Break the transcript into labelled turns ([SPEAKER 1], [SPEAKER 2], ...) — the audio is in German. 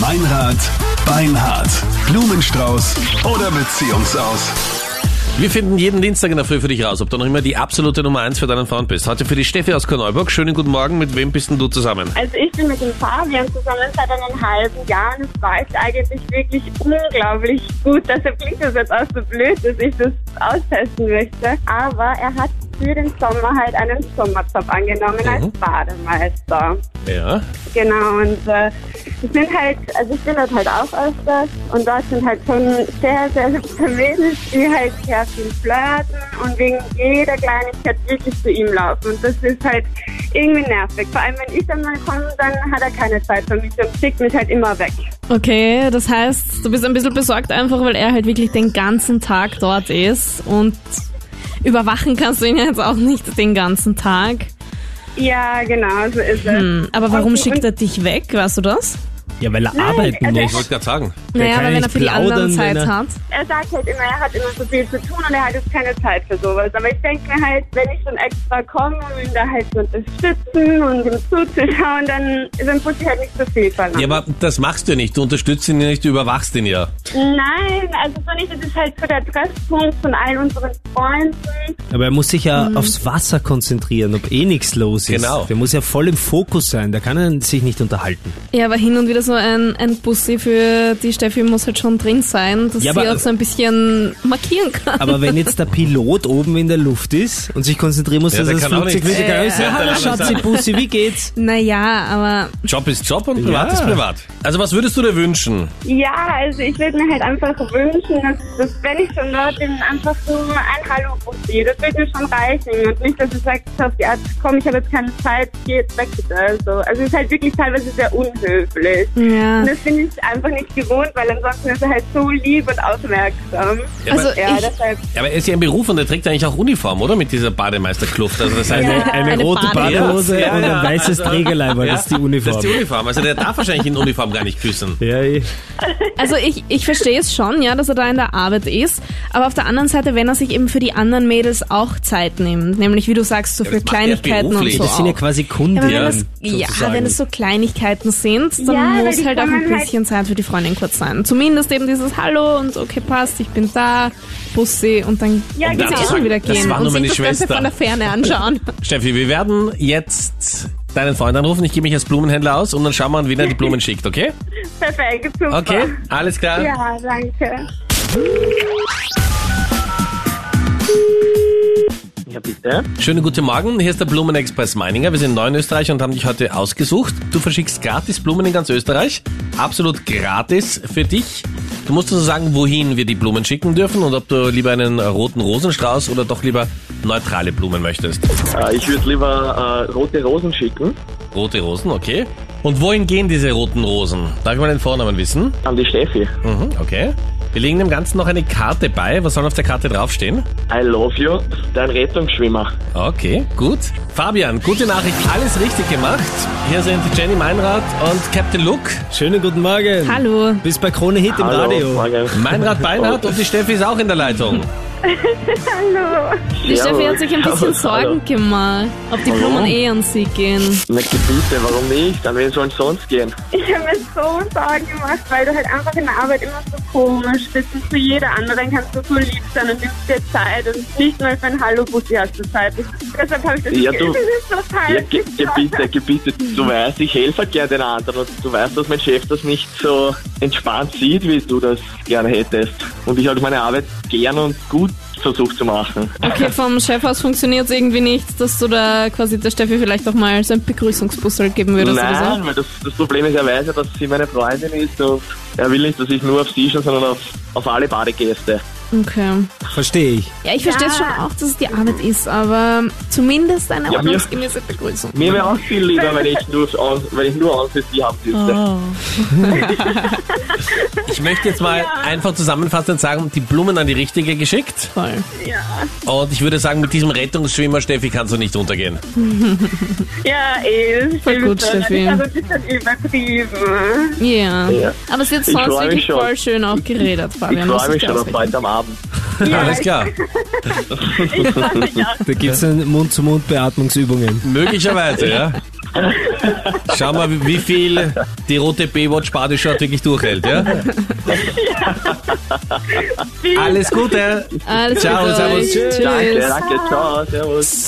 [SPEAKER 1] Meinrad, Beinhard, Blumenstrauß oder Beziehungsaus.
[SPEAKER 2] Wir finden jeden Dienstag in der Früh für dich raus, ob du noch immer die absolute Nummer eins für deinen Freund bist. Heute für die Steffi aus Korneuburg. Schönen guten Morgen. Mit wem bist denn du zusammen?
[SPEAKER 3] Also ich bin mit dem Fabian zusammen seit einem halben Jahr und es weiß eigentlich wirklich unglaublich gut. Deshalb klingt das jetzt auch so blöd, dass ich das austesten möchte. Aber er hat für den Sommer halt einen Sommerjob angenommen als Bademeister.
[SPEAKER 2] Ja.
[SPEAKER 3] Genau, und äh, ich bin halt, also ich bin dort halt auch öfters und dort sind halt schon sehr, sehr hübsche Mädels, die halt sehr viel flirten und wegen jeder Kleinigkeit wirklich zu ihm laufen. Und das ist halt irgendwie nervig. Vor allem, wenn ich dann mal komme, dann hat er keine Zeit für mich und schickt mich halt immer weg.
[SPEAKER 4] Okay, das heißt, du bist ein bisschen besorgt einfach, weil er halt wirklich den ganzen Tag dort ist und überwachen kannst du ihn jetzt auch nicht den ganzen Tag.
[SPEAKER 3] Ja, genau, so ist es.
[SPEAKER 4] Hm, Aber warum
[SPEAKER 3] Und-
[SPEAKER 4] schickt er dich weg, weißt du das?
[SPEAKER 5] Ja, weil er arbeiten
[SPEAKER 3] also-
[SPEAKER 2] Ich
[SPEAKER 5] muss.
[SPEAKER 2] wollte gerade sagen.
[SPEAKER 4] Naja, weil
[SPEAKER 5] kann ja
[SPEAKER 4] wenn er
[SPEAKER 5] nicht
[SPEAKER 4] für die anderen
[SPEAKER 5] plaudern, wenn
[SPEAKER 4] Zeit
[SPEAKER 5] er-
[SPEAKER 4] hat.
[SPEAKER 3] Er sagt halt immer, er hat immer so viel zu tun und er hat jetzt keine Zeit für sowas. Aber ich denke mir halt, wenn ich schon extra komme, um ihn da halt zu unterstützen und ihm zuzuschauen, dann, dann muss ich halt nicht so viel verlangen.
[SPEAKER 2] Ja, aber das machst du ja nicht. Du unterstützt ihn ja nicht, du überwachst ihn ja.
[SPEAKER 3] Nein, also so nicht, das ist halt so der Treffpunkt von all unseren Freunden.
[SPEAKER 5] Aber er muss sich ja aufs Wasser konzentrieren, ob eh nichts los ist.
[SPEAKER 2] Genau.
[SPEAKER 5] Der muss ja voll im Fokus sein, da kann er sich nicht unterhalten.
[SPEAKER 4] Ja, aber hin und wieder so ein, ein Bussi für die Steffi muss halt schon drin sein, dass
[SPEAKER 5] Ja,
[SPEAKER 4] sie
[SPEAKER 5] aber-
[SPEAKER 4] auch so ein bisschen markieren kann.
[SPEAKER 5] Aber wenn jetzt der Pilot oben in der Luft ist und sich konzentrieren muss,
[SPEAKER 2] Ja,
[SPEAKER 5] dass
[SPEAKER 2] der
[SPEAKER 5] er das
[SPEAKER 2] kann auch
[SPEAKER 5] Flugzeug
[SPEAKER 2] nichts.
[SPEAKER 5] fliegt, kann er
[SPEAKER 2] Ja.
[SPEAKER 5] nicht sagen, hallo Schatzi, Bussi, wie geht's?
[SPEAKER 4] naja, aber
[SPEAKER 2] Job ist Job und Privat
[SPEAKER 5] Ja.
[SPEAKER 2] ist Privat. Also was würdest du dir wünschen?
[SPEAKER 3] Ja, also ich würde mir halt einfach wünschen, dass, dass wenn ich schon dort bin, einfach nur ein Hallo probiere. Das würde mir schon reichen. Und nicht, dass ich sage, auf die Art, komm, ich habe jetzt keine Zeit, geh jetzt weg bitte. Also, also es ist halt wirklich teilweise sehr unhöflich.
[SPEAKER 4] ja.
[SPEAKER 3] Und das bin ich einfach nicht gewohnt, weil ansonsten ist er halt so lieb und aufmerksam.
[SPEAKER 2] Ja,
[SPEAKER 4] Also
[SPEAKER 2] aber,
[SPEAKER 3] Ja,
[SPEAKER 4] ich,
[SPEAKER 3] deshalb.
[SPEAKER 2] ja, aber er ist ja ein Beruf und er trägt eigentlich auch Uniform, oder? Mit dieser Bademeisterkluft. Also das heißt,
[SPEAKER 5] Eine, eine,
[SPEAKER 4] Eine
[SPEAKER 5] rote
[SPEAKER 4] Badehose.
[SPEAKER 5] Badehose
[SPEAKER 2] Ja,
[SPEAKER 5] und
[SPEAKER 2] ja.
[SPEAKER 5] ein weißes Trägerlein, weil das ist die Uniform.
[SPEAKER 2] Das ist die Uniform. Also der darf wahrscheinlich in Uniform gar nicht küssen.
[SPEAKER 5] ja, eh.
[SPEAKER 4] also ich, ich verstehe es schon, ja, dass er da in der Arbeit ist, aber auf der anderen Seite, wenn er sich eben für die anderen Mädels auch Zeit nimmt, nämlich wie du sagst, so
[SPEAKER 2] Ja,
[SPEAKER 4] für
[SPEAKER 2] das macht er
[SPEAKER 4] Kleinigkeiten und
[SPEAKER 2] beruflich.
[SPEAKER 4] so.
[SPEAKER 5] das sind ja
[SPEAKER 4] Auch.
[SPEAKER 5] quasi Kunden.
[SPEAKER 4] Ja, aber wenn das, ja,
[SPEAKER 5] sozusagen.
[SPEAKER 4] wenn es so Kleinigkeiten sind,
[SPEAKER 3] Ja,
[SPEAKER 4] dann
[SPEAKER 3] weil
[SPEAKER 4] muss
[SPEAKER 3] die
[SPEAKER 4] halt auch ein
[SPEAKER 3] kommen halt-
[SPEAKER 4] bisschen Zeit für die Freundin kurz sein. Zumindest eben dieses Hallo und so, okay, passt, ich bin da, Bussi und dann
[SPEAKER 3] Ja,
[SPEAKER 4] kann's
[SPEAKER 3] genau.
[SPEAKER 4] eh schon wieder
[SPEAKER 2] Das
[SPEAKER 4] gehen
[SPEAKER 2] war
[SPEAKER 4] und
[SPEAKER 2] nur meine
[SPEAKER 4] sich das Ganze
[SPEAKER 2] Schwester.
[SPEAKER 4] von der Ferne anschauen.
[SPEAKER 2] Steffi, wir werden jetzt deinen Freund anrufen. Ich gebe mich als Blumenhändler aus und dann schauen wir an, wen er die Blumen schickt, okay?
[SPEAKER 3] Perfekt, super.
[SPEAKER 2] Okay, alles klar.
[SPEAKER 3] Ja, danke.
[SPEAKER 6] Ja, bitte.
[SPEAKER 2] Schönen guten Morgen, hier ist der Blumenexpress Meininger. Wir sind neu in Österreich und haben dich heute ausgesucht. Du verschickst gratis Blumen in ganz Österreich. Absolut gratis für dich. Du musst uns sagen, wohin wir die Blumen schicken dürfen und ob du lieber einen roten Rosenstrauß oder doch lieber neutrale Blumen möchtest.
[SPEAKER 6] Äh, ich würde lieber äh, rote Rosen schicken
[SPEAKER 2] Rote Rosen, okay. Und wohin gehen diese roten Rosen? Darf ich mal den Vornamen wissen?
[SPEAKER 6] an die Steffi.
[SPEAKER 2] Mhm, okay. Wir legen dem Ganzen noch eine Karte bei. Was soll auf der Karte draufstehen?
[SPEAKER 6] I love you, dein Rettungsschwimmer.
[SPEAKER 2] Okay, gut. Fabian, gute Nachricht, alles richtig gemacht. Hier sind Jenny Meinrad und Captain Luke.
[SPEAKER 5] Schönen guten Morgen.
[SPEAKER 4] Hallo.
[SPEAKER 5] Bis bei Krone Hit im
[SPEAKER 6] Hallo,
[SPEAKER 5] Radio.
[SPEAKER 6] Morgen.
[SPEAKER 2] Meinrad Beinhardt und die Steffi ist auch in der Leitung.
[SPEAKER 3] Hallo.
[SPEAKER 4] Die Steffi hat
[SPEAKER 6] Servus.
[SPEAKER 4] sich ein bisschen
[SPEAKER 6] Servus,
[SPEAKER 4] Sorgen
[SPEAKER 6] hallo.
[SPEAKER 4] gemacht, ob die Blumen eh an sie gehen.
[SPEAKER 6] Na bitte, warum nicht? An wen sollen sonst gehen?
[SPEAKER 3] Ich habe mir so Sorgen gemacht, weil du halt einfach in der Arbeit immer so komisch bist und zu jeder anderen kannst du so lieb sein und nimmst dir Zeit und nicht nur für ein Hallo-Bussi hast du Zeit. Das, deshalb habe ich das
[SPEAKER 6] Ja,
[SPEAKER 3] Gefühl,
[SPEAKER 6] du-
[SPEAKER 3] das ist total
[SPEAKER 6] Ja, ge ge bitte, ge bitte. Du weißt, ich helfe gern den anderen und du weißt, dass mein Chef das nicht so entspannt sieht, wie du das gerne hättest. Und ich halt meine Arbeit gern und gut versucht zu machen.
[SPEAKER 4] Okay, vom Chef aus funktioniert es irgendwie nicht, dass du da quasi der Steffi vielleicht auch mal so ein Begrüßungsbussel geben würdest oder so.
[SPEAKER 6] Nein, weil das, das Problem ist, er weiß ja, dass sie meine Freundin ist und er will nicht, dass ich nur auf sie schaue, sondern auf, auf alle Badegäste.
[SPEAKER 4] Okay.
[SPEAKER 5] Verstehe ich.
[SPEAKER 4] Ja, ich verstehe es schon auch, dass es die Arbeit ist, aber zumindest eine
[SPEAKER 6] Ja, mir-
[SPEAKER 4] ordnungsgemäße Begrüßung.
[SPEAKER 6] Mir wäre auch viel lieber, wenn ich nur, an- wenn ich nur an für sie haben dürfte.
[SPEAKER 4] Ah.
[SPEAKER 2] Ich möchte jetzt mal einfach zusammenfassend sagen, die Blumen an die richtige geschickt.
[SPEAKER 4] Voll.
[SPEAKER 2] Und ich würde sagen, mit diesem Rettungsschwimmer, Steffi, kannst du nicht untergehen.
[SPEAKER 3] Ja, eh, das
[SPEAKER 4] Voll gut,
[SPEAKER 3] stimmt schon. Das
[SPEAKER 4] Steffi.
[SPEAKER 3] ist aber ein bisschen übertrieben.
[SPEAKER 4] Ja.
[SPEAKER 6] Ja.
[SPEAKER 4] Aber sie hat
[SPEAKER 6] Ich
[SPEAKER 4] sonst
[SPEAKER 6] freu mich
[SPEAKER 4] wirklich
[SPEAKER 6] schon.
[SPEAKER 4] voll schön auch geredet,
[SPEAKER 6] Ich
[SPEAKER 4] Fabian. muss
[SPEAKER 6] freue mich
[SPEAKER 4] dir
[SPEAKER 6] schon auf
[SPEAKER 4] ausrichten.
[SPEAKER 6] heute am Abend.
[SPEAKER 2] Alles klar.
[SPEAKER 5] Da gibt's dann Mund-zu-Mund-Beatmungsübungen.
[SPEAKER 2] Möglicherweise, ja. Schau mal, wie- wie viel die rote Baywatch-Badeshirt wirklich durchhält, ja? Alles Gute!
[SPEAKER 4] Alles
[SPEAKER 2] Ciao,
[SPEAKER 4] Gute
[SPEAKER 2] servus.
[SPEAKER 4] euch. Tschüss.
[SPEAKER 6] Danke, danke, ciao, servus.